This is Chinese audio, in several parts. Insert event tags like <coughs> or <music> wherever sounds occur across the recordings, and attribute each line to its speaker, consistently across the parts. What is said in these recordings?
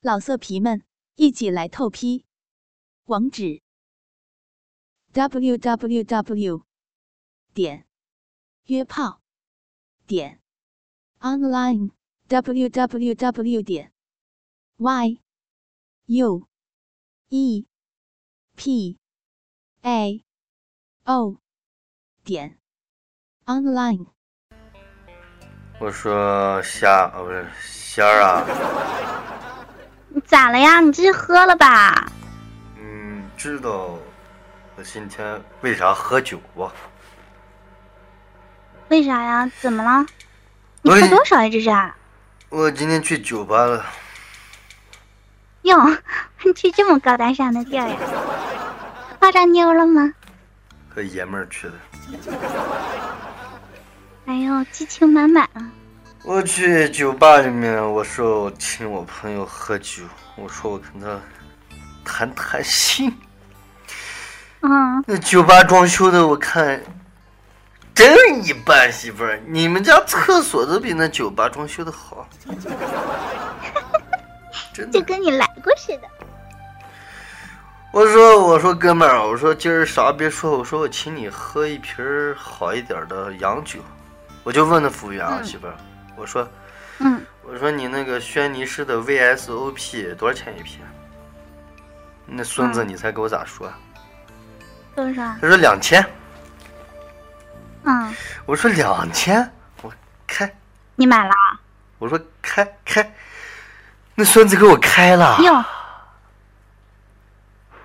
Speaker 1: 老色皮们一起来透批，网址：w w w 点约炮点 online w w w 点 y u e p a o 点 online。
Speaker 2: 我说虾，呃，不是仙儿啊，
Speaker 3: 你咋了呀？你这是喝了吧？
Speaker 2: 嗯，知道我今天为啥喝酒啊不？
Speaker 3: 为啥呀？怎么了？你
Speaker 2: 我
Speaker 3: 喝多少呀？这是？啊
Speaker 2: 我今天去酒吧了，
Speaker 3: 哟， <laughs> 你去这么高大上的地儿呀？泡上妞了吗？
Speaker 2: 和爷们儿去的。
Speaker 3: 哎呦，激情满满啊！
Speaker 2: 我去酒吧里面，我说我请我朋友喝酒，我说我跟他谈谈心。
Speaker 3: 嗯，
Speaker 2: 那酒吧装修的，我看真一般，媳妇儿，你们家厕所都比那酒吧装修的好，真
Speaker 3: 就
Speaker 2: 的。
Speaker 3: 跟你来过似的。
Speaker 2: 我说我说哥们儿，我说今儿啥别说，我说我请你喝一瓶儿好一点儿的洋酒，我就问那服务员啊，
Speaker 3: 嗯
Speaker 2: 媳妇儿，我说
Speaker 3: 嗯，
Speaker 2: 我说你那个轩尼诗的 VSOP 多少钱一瓶？那孙子，
Speaker 3: 嗯
Speaker 2: 你猜给我咋说啊？
Speaker 3: 多少？
Speaker 2: 他说两千，
Speaker 3: 嗯，
Speaker 2: 我说两千，我开，
Speaker 3: 你买了啊？
Speaker 2: 我说开开，那孙子给我开了，
Speaker 3: 哟，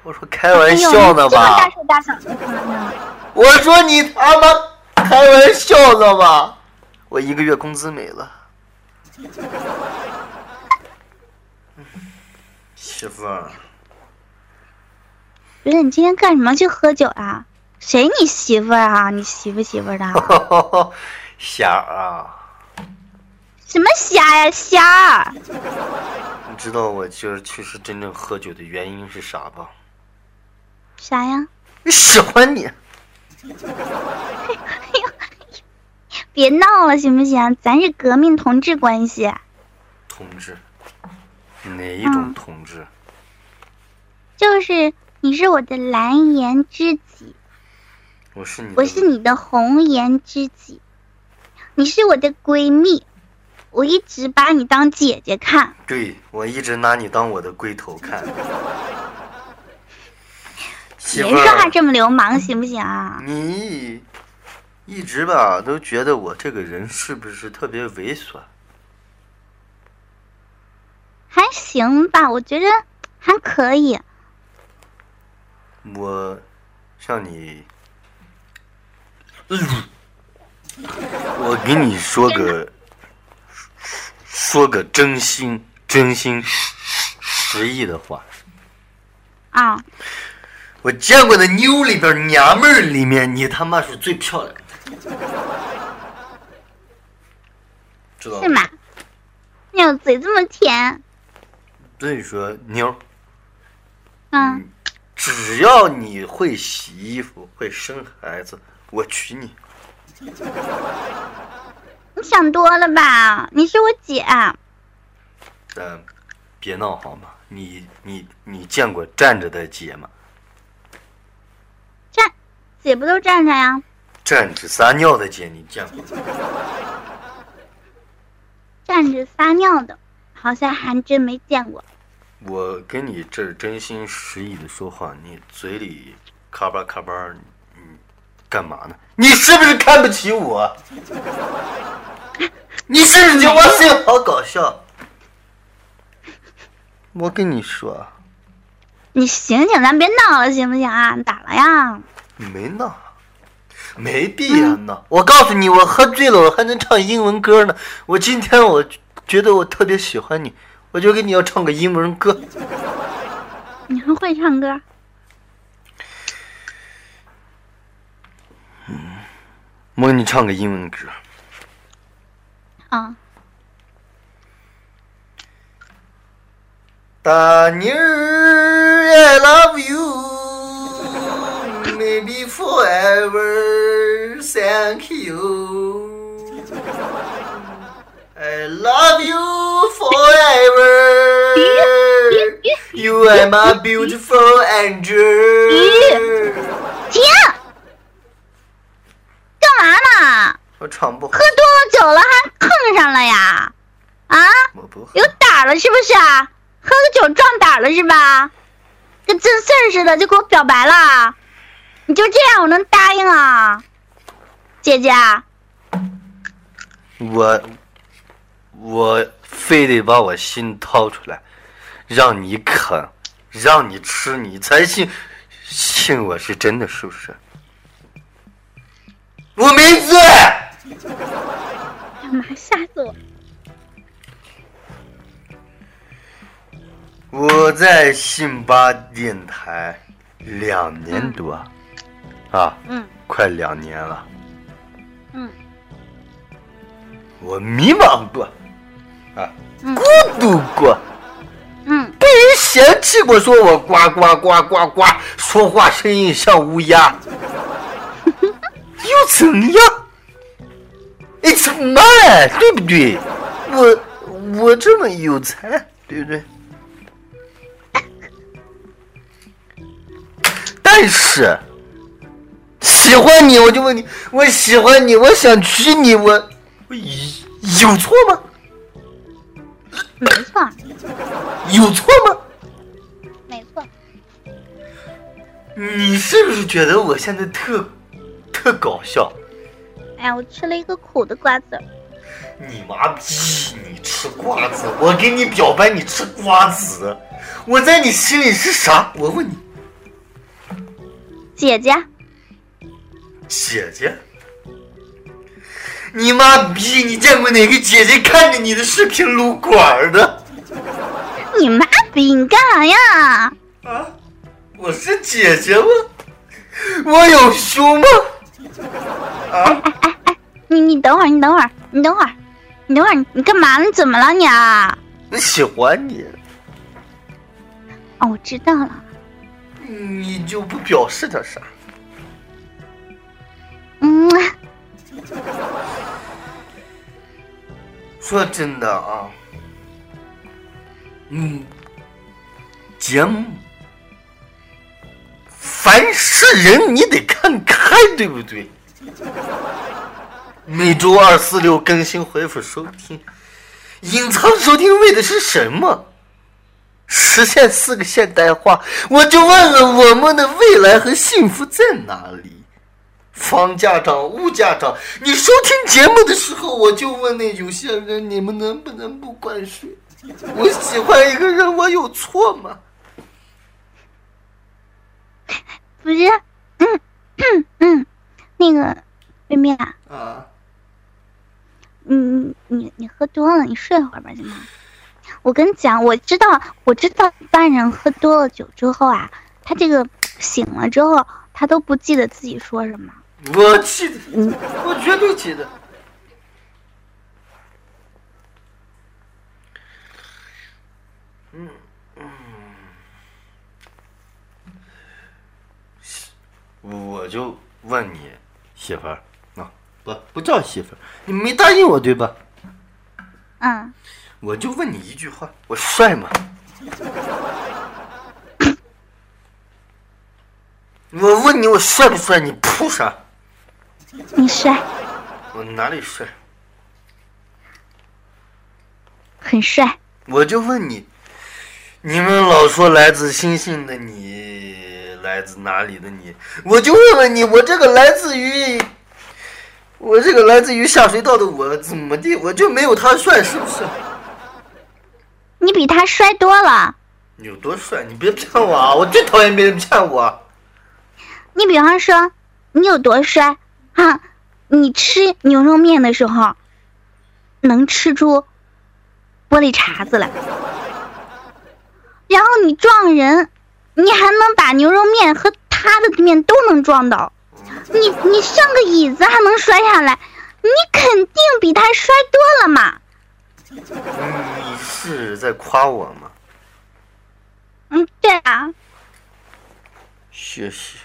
Speaker 2: 我说开
Speaker 3: 哎
Speaker 2: 玩
Speaker 3: 呦，
Speaker 2: 笑呢
Speaker 3: 你这么
Speaker 2: 吧
Speaker 3: 大？手大脚的干嘛呢？
Speaker 2: 我说你他妈开玩笑呢吧？我一个月工资没了。媳妇 <laughs> 儿，
Speaker 3: 不是，你今天干什么去喝酒啊？谁你媳妇儿啊？你媳妇媳妇儿的啊？
Speaker 2: 霞儿啊，
Speaker 3: 什么虾呀虾儿？
Speaker 2: 你知道我今儿去是真正喝酒的原因是啥吧？
Speaker 3: 啥呀？
Speaker 2: 喜欢你，
Speaker 3: 别闹了行不行？咱是革命同志关系，
Speaker 2: 同志，哪一种
Speaker 3: 嗯
Speaker 2: 同志？
Speaker 3: 就是你是我的蓝颜知己，
Speaker 2: 我是你的，
Speaker 3: 我是你的红颜知己，你是我的闺蜜，我一直把你当姐姐看。
Speaker 2: 对我一直拿你当我的龟头看。媳
Speaker 3: 别
Speaker 2: 妇
Speaker 3: 说
Speaker 2: 儿，
Speaker 3: 话这么流氓行不行啊？
Speaker 2: 你一直吧都觉得我这个人是不是特别猥琐？
Speaker 3: 还行吧，我觉得还可以。啊
Speaker 2: 我像你，我给你说个说个真心真心实意的话，
Speaker 3: 啊，
Speaker 2: 我见过的妞里边娘们儿里面，你他妈是最漂亮的，知道
Speaker 3: 是吗？哎呦，嘴这么甜，
Speaker 2: 所以说妞儿。
Speaker 3: 嗯，
Speaker 2: 只要你会洗衣服、会生孩子，我娶你。
Speaker 3: 你想多了吧？你是我姐，啊
Speaker 2: 但呃别闹好吗？你你你见过站着的姐吗？
Speaker 3: 站，姐不都站着呀？
Speaker 2: 站着撒尿的姐你见过吗？
Speaker 3: 站着撒尿的，好像还真没见过。
Speaker 2: 我跟你这儿真心实意的说话，你嘴里咔吧咔吧，你干嘛呢？你是不是看不起我？你是不是觉得我声音好搞笑？我跟你说啊，
Speaker 3: 你醒醒，咱别闹了，行不行啊？你咋了呀？
Speaker 2: 没闹，啊没必要闹。我告诉你，我喝醉了，我还能唱英文歌呢。我今天我觉得我特别喜欢你，我就跟你要唱个英文歌。
Speaker 3: 你还会唱歌？
Speaker 2: 我给你唱个英文歌。
Speaker 3: 啊、
Speaker 2: 大妞儿，I love you, maybe forever. Thank you. I love you forever. You are my beautiful angel。
Speaker 3: 停！干嘛呢？
Speaker 2: 我闯不
Speaker 3: 喝
Speaker 2: 红，
Speaker 3: 多了酒了还碰上了呀？啊？
Speaker 2: 我不喝
Speaker 3: 有胆儿了是不是啊？喝个酒壮胆儿了是吧？跟真事儿似的就给我表白了，你就这样我能答应啊？姐啊姐，
Speaker 2: 我我非得把我心掏出来，让你啃，让你吃，你才信信我是真的，是不是？我没醉，
Speaker 3: 干嘛吓死我？
Speaker 2: 我在信巴电台两年多，啊，
Speaker 3: 嗯
Speaker 2: 快两年了，
Speaker 3: 嗯
Speaker 2: 我迷茫过，啊，
Speaker 3: 嗯
Speaker 2: 孤独过。
Speaker 3: 嗯
Speaker 2: 被人嫌弃过，说我呱呱呱呱呱，说话声音像乌鸦， <laughs> 又怎样？It's mine，对不对？我我这么有才，对不对？ <laughs> 但是喜欢你，我就问你，我喜欢你，我想娶你，我我有错吗？
Speaker 3: 没错
Speaker 2: 有错吗？
Speaker 3: 没错，
Speaker 2: 你是不是觉得我现在特特搞笑？
Speaker 3: 哎呀，我吃了一个苦的瓜子儿，
Speaker 2: 你妈逼！你吃瓜子，我给你表白，你吃瓜子，我在你心里是啥？我问你，
Speaker 3: 姐姐，
Speaker 2: 姐姐，你妈逼！你见过哪个姐姐看着你的视频撸管儿的？
Speaker 3: 你妈逼你干啥呀？
Speaker 2: 啊，我是姐姐吗？我有胸吗？啊，
Speaker 3: 哎你你等会儿，你等会儿，你等会儿，你等会儿，你干嘛呢？你怎么了你啊？
Speaker 2: 我喜欢你，
Speaker 3: 哦，我知道了，
Speaker 2: 你就不表示点啥？
Speaker 3: 嗯，
Speaker 2: 说真的啊，嗯，节目，凡是人你得看开，对不对？ <laughs> 每周二、四、六更新回复收听，隐藏收听为的是什么？实现四个现代化，我就问了，我们的未来和幸福在哪里？房价涨，物价涨。你收听节目的时候，我就问那有些人，你们能不能不关税？我喜欢一个人，我有错吗？
Speaker 3: 不是，嗯嗯嗯，那个妹妹啊，
Speaker 2: 啊，
Speaker 3: 嗯，你你喝多了，你睡会儿吧，行吗？我跟你讲，我知道，我知道，一般人喝多了酒之后啊，他这个醒了之后，他都不记得自己说什么。
Speaker 2: 我记得，
Speaker 3: 嗯
Speaker 2: 我绝对记得。嗯嗯，我就问你，媳妇儿，啊，不不叫媳妇儿，你没答应我对吧？
Speaker 3: 嗯，
Speaker 2: 我就问你一句话，我帅吗？ <coughs> 我问你，我帅不帅？你扑啥？
Speaker 3: 你帅，
Speaker 2: 我哪里帅？
Speaker 3: 很帅。
Speaker 2: 我就问你，你们老说来自星星的你，来自哪里的你？我就问问你，我这个来自于，我这个来自于下水道的我，怎么地？我就没有他帅，是不是？
Speaker 3: 你比他帅多了，
Speaker 2: 你有多帅？你别骗我啊！我最讨厌别人骗我。啊
Speaker 3: 你比方说，你有多帅啊？你吃牛肉面的时候，能吃出玻璃碴子来，然后你撞人，你还能把牛肉面和他的面都能撞倒，你你上个椅子还能摔下来，你肯定比他摔多了嘛？
Speaker 2: 你是在夸我吗？
Speaker 3: 嗯，对啊，
Speaker 2: 学习，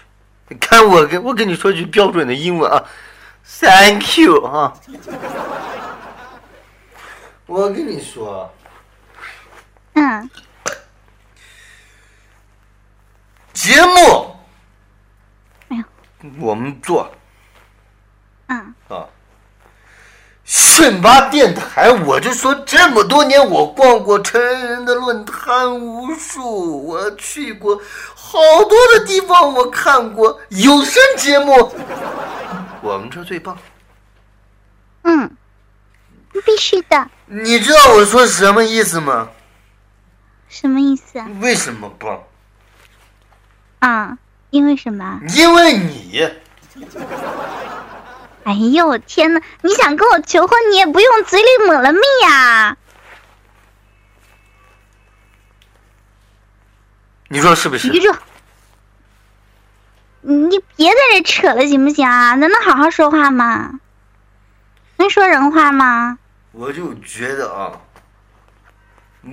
Speaker 2: 你看我跟我跟你说句标准的英文啊，Thank you 啊。我跟你说，
Speaker 3: 嗯，
Speaker 2: 节目
Speaker 3: 哎呀，
Speaker 2: 我们做
Speaker 3: 嗯，
Speaker 2: 啊。炫吧电台，我就说这么多年，我逛过成人的论坛无数，我去过好多的地方，我看过有声节目，我们这最棒。
Speaker 3: 嗯，必须的。
Speaker 2: 你知道我说什么意思吗？
Speaker 3: 什么意思啊？
Speaker 2: 为什么棒？
Speaker 3: 啊，因为什么？啊
Speaker 2: 因为你，
Speaker 3: 哎呦我天呐，你想跟我求婚，你也不用嘴里抹了蜜呀、
Speaker 2: 你说是不是
Speaker 3: 你？住！你别在这扯了行不行啊？能能好好说话吗？能说人话吗？
Speaker 2: 我就觉得啊，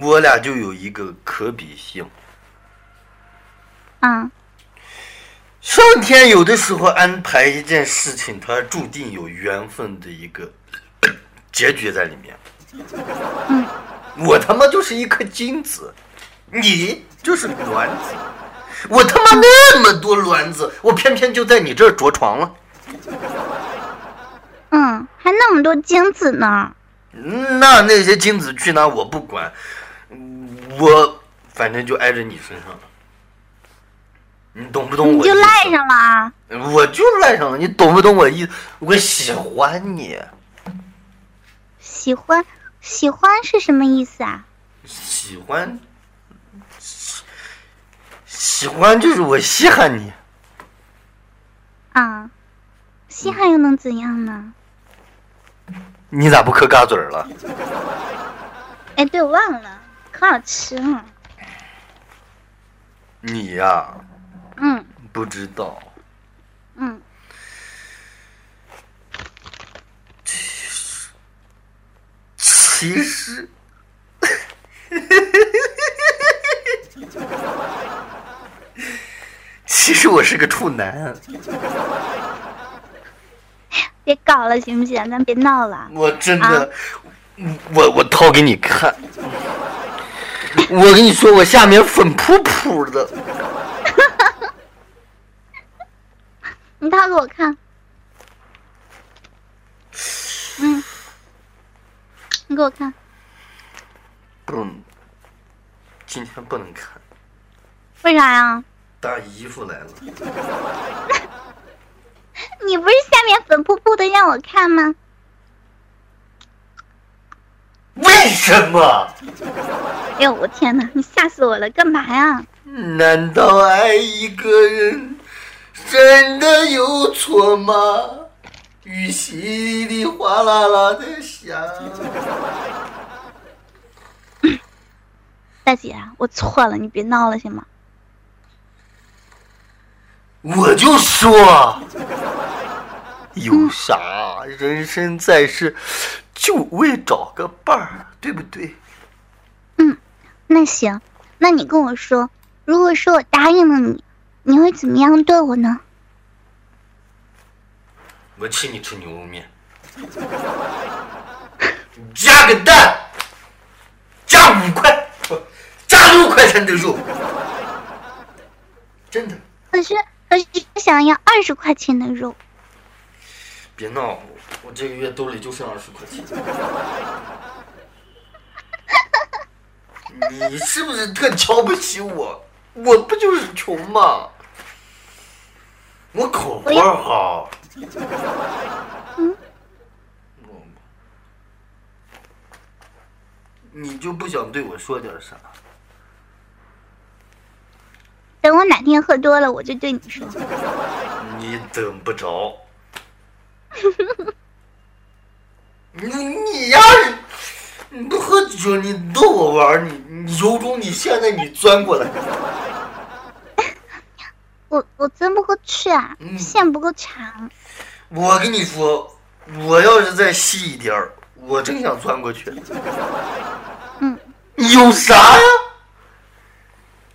Speaker 2: 我俩就有一个可比性。
Speaker 3: 啊，
Speaker 2: 上天有的时候安排一件事情，它注定有缘分的一个结局在里面。我他妈就是一颗精子，你就是卵子。我他妈那么多卵子，我偏偏就在你这儿着床了。
Speaker 3: 嗯，还那么多精子呢。
Speaker 2: 那那些精子去哪我不管，我反正就挨着你身上了。你懂不懂
Speaker 3: 你
Speaker 2: 我？
Speaker 3: 就赖，上了啊，
Speaker 2: 我就赖上了。你懂不懂我意思？我喜欢你，
Speaker 3: 喜欢喜欢是什么意思啊？
Speaker 2: 喜欢，喜喜欢就是我稀罕你。
Speaker 3: 啊，稀罕又能怎样呢？
Speaker 2: 你咋不嗑嘎嘴儿了？
Speaker 3: 哎，对，我忘了，可好吃了。
Speaker 2: 你呀、
Speaker 3: 嗯
Speaker 2: 不知道，
Speaker 3: 嗯，
Speaker 2: 其实 <laughs> 其实我是个处男。
Speaker 3: 别搞了行不行？咱别闹了。
Speaker 2: 我真的，我我掏给你看。我跟你说，我下面粉扑扑的，
Speaker 3: 你掏给我看。嗯，你给我看。
Speaker 2: 嗯，今天不能看，
Speaker 3: 为啥呀？
Speaker 2: 大姨夫来了，
Speaker 3: 你不是下面粉扑扑的让我看吗？
Speaker 2: 为什么？
Speaker 3: 哎呦，我天哪！你吓死我了，干嘛呀？
Speaker 2: 难道爱一个人真的有错吗？雨淅沥哗啦啦的下，
Speaker 3: 大姐，我错了，你别闹了行吗？
Speaker 2: 我就说，有啥？人生在世，就为找个伴儿，对不对？
Speaker 3: 那行，那你跟我说，如果说我答应了你，你会怎么样对我呢？
Speaker 2: 我请你吃牛肉面，加个蛋，加五块，不加六块钱的肉，真的，
Speaker 3: 可是，可是我想要二十块钱的肉。
Speaker 2: 别闹，我我这个月兜里就剩二十块钱。你是不是特瞧不起我？我不就是穷吗？我口活好。你就不想对我说点啥？
Speaker 3: 等我哪天喝多了，我就对你说。
Speaker 2: 你等不着。 <laughs> 你你要是你不喝酒，你逗我玩儿，你你有种你现在你钻过来，
Speaker 3: 我我钻不过去啊
Speaker 2: 嗯，
Speaker 3: 线不够长。
Speaker 2: 我跟你说，我要是再细一点儿，我真想钻过去。
Speaker 3: 嗯
Speaker 2: 有啥呀？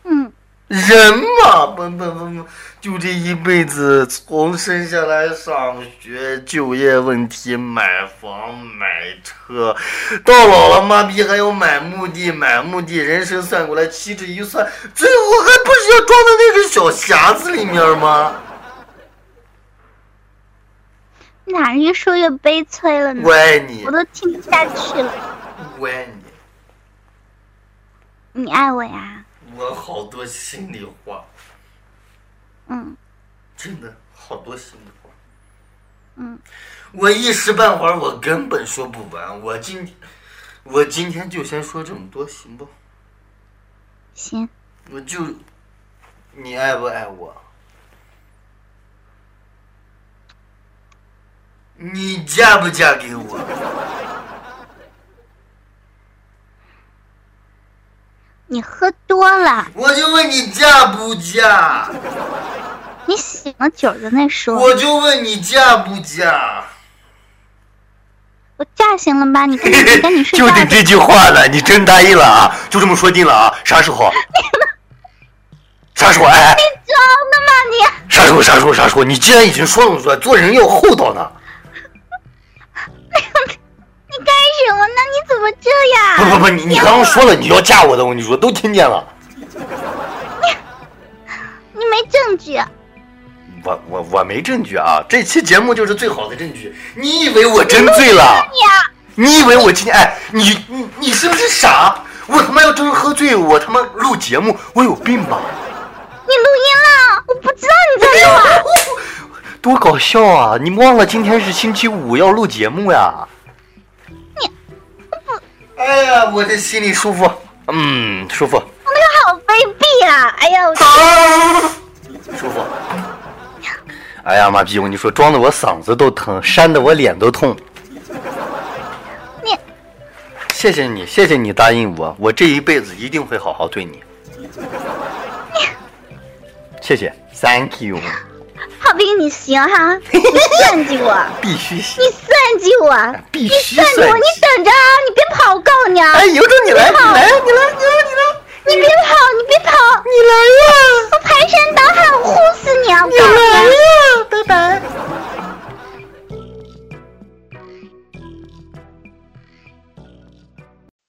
Speaker 3: 嗯，
Speaker 2: 人嘛，本本本本，就这一辈子，从生下来上学、就业问题、买房、买车，到老了妈逼还要买墓地、买墓地，人生算过来屈指一算，最后还不是要装到那个小匣子里面吗？
Speaker 3: 哪越说越悲催了呢？
Speaker 2: 乖你
Speaker 3: 我，都听不下去了。
Speaker 2: 乖你。
Speaker 3: 你爱我呀？
Speaker 2: 我好多心里话，
Speaker 3: 嗯
Speaker 2: 真的好多心里话。
Speaker 3: 嗯，
Speaker 2: 我一时半会儿我根本说不完。我今我今天就先说这么多，行不？
Speaker 3: 行，
Speaker 2: 我就你爱不爱我？你嫁不嫁给我？
Speaker 3: 你喝多了，
Speaker 2: 我就问你嫁不嫁？
Speaker 3: 你醒了酒的再说。
Speaker 2: 我就问你嫁不嫁？
Speaker 3: 我炸醒了吧？你赶紧赶紧
Speaker 2: <laughs>
Speaker 3: 睡
Speaker 2: 就
Speaker 3: 觉
Speaker 2: 你
Speaker 3: 吧。
Speaker 2: 这句话了，你真答应了啊？就这么说定了啊？啥时候？啥时候？哎，
Speaker 3: 装的吗
Speaker 2: 啥时候？啥时候？啥时候？你既然已经说了出来，做人要厚道呢。
Speaker 3: 你？你干什么呢？你怎么这
Speaker 2: 不
Speaker 3: 样？
Speaker 2: 不不，你你刚刚说了你要嫁我的，我跟你说都听见了。
Speaker 3: 你没证据，
Speaker 2: 我我我没证据啊！这期节目就是最好的证据。你以为我真醉了？
Speaker 3: 你啊，
Speaker 2: 你以为我今天哎，你你你是不是傻？我他妈要真喝醉，我他妈录节目，我有病吧？
Speaker 3: 你录音了，我不知道你在录啊。
Speaker 2: <laughs> 多搞笑啊！你忘了今天是星期五要录节目呀？你，哎呀，我这心里舒服，嗯，舒服，
Speaker 3: 我那个好卑鄙啊！哎呀，我
Speaker 2: 舒服。 <laughs> 哎呀妈逼！我跟你说，装的我嗓子都疼，扇的我脸都痛。
Speaker 3: 你
Speaker 2: 谢谢你，谢谢你答应我，我这一辈子一定会好好对你。谢谢，Thank you，
Speaker 3: 好比你行哈，你算计
Speaker 2: <laughs>
Speaker 3: 我，
Speaker 2: 必须谢
Speaker 3: 你，算计我，
Speaker 2: 必
Speaker 3: 你
Speaker 2: 须
Speaker 3: 算计我，
Speaker 2: 算
Speaker 3: 你
Speaker 2: 计。
Speaker 3: 等着啊！你别跑，我告诉你啊！
Speaker 2: 哎，由着你来，你来，你来，由着你来，
Speaker 3: 你别跑，你别跑！你来呀！我排山倒海，我轰死你啊！我告诉你啊
Speaker 2: 来呀，拜拜。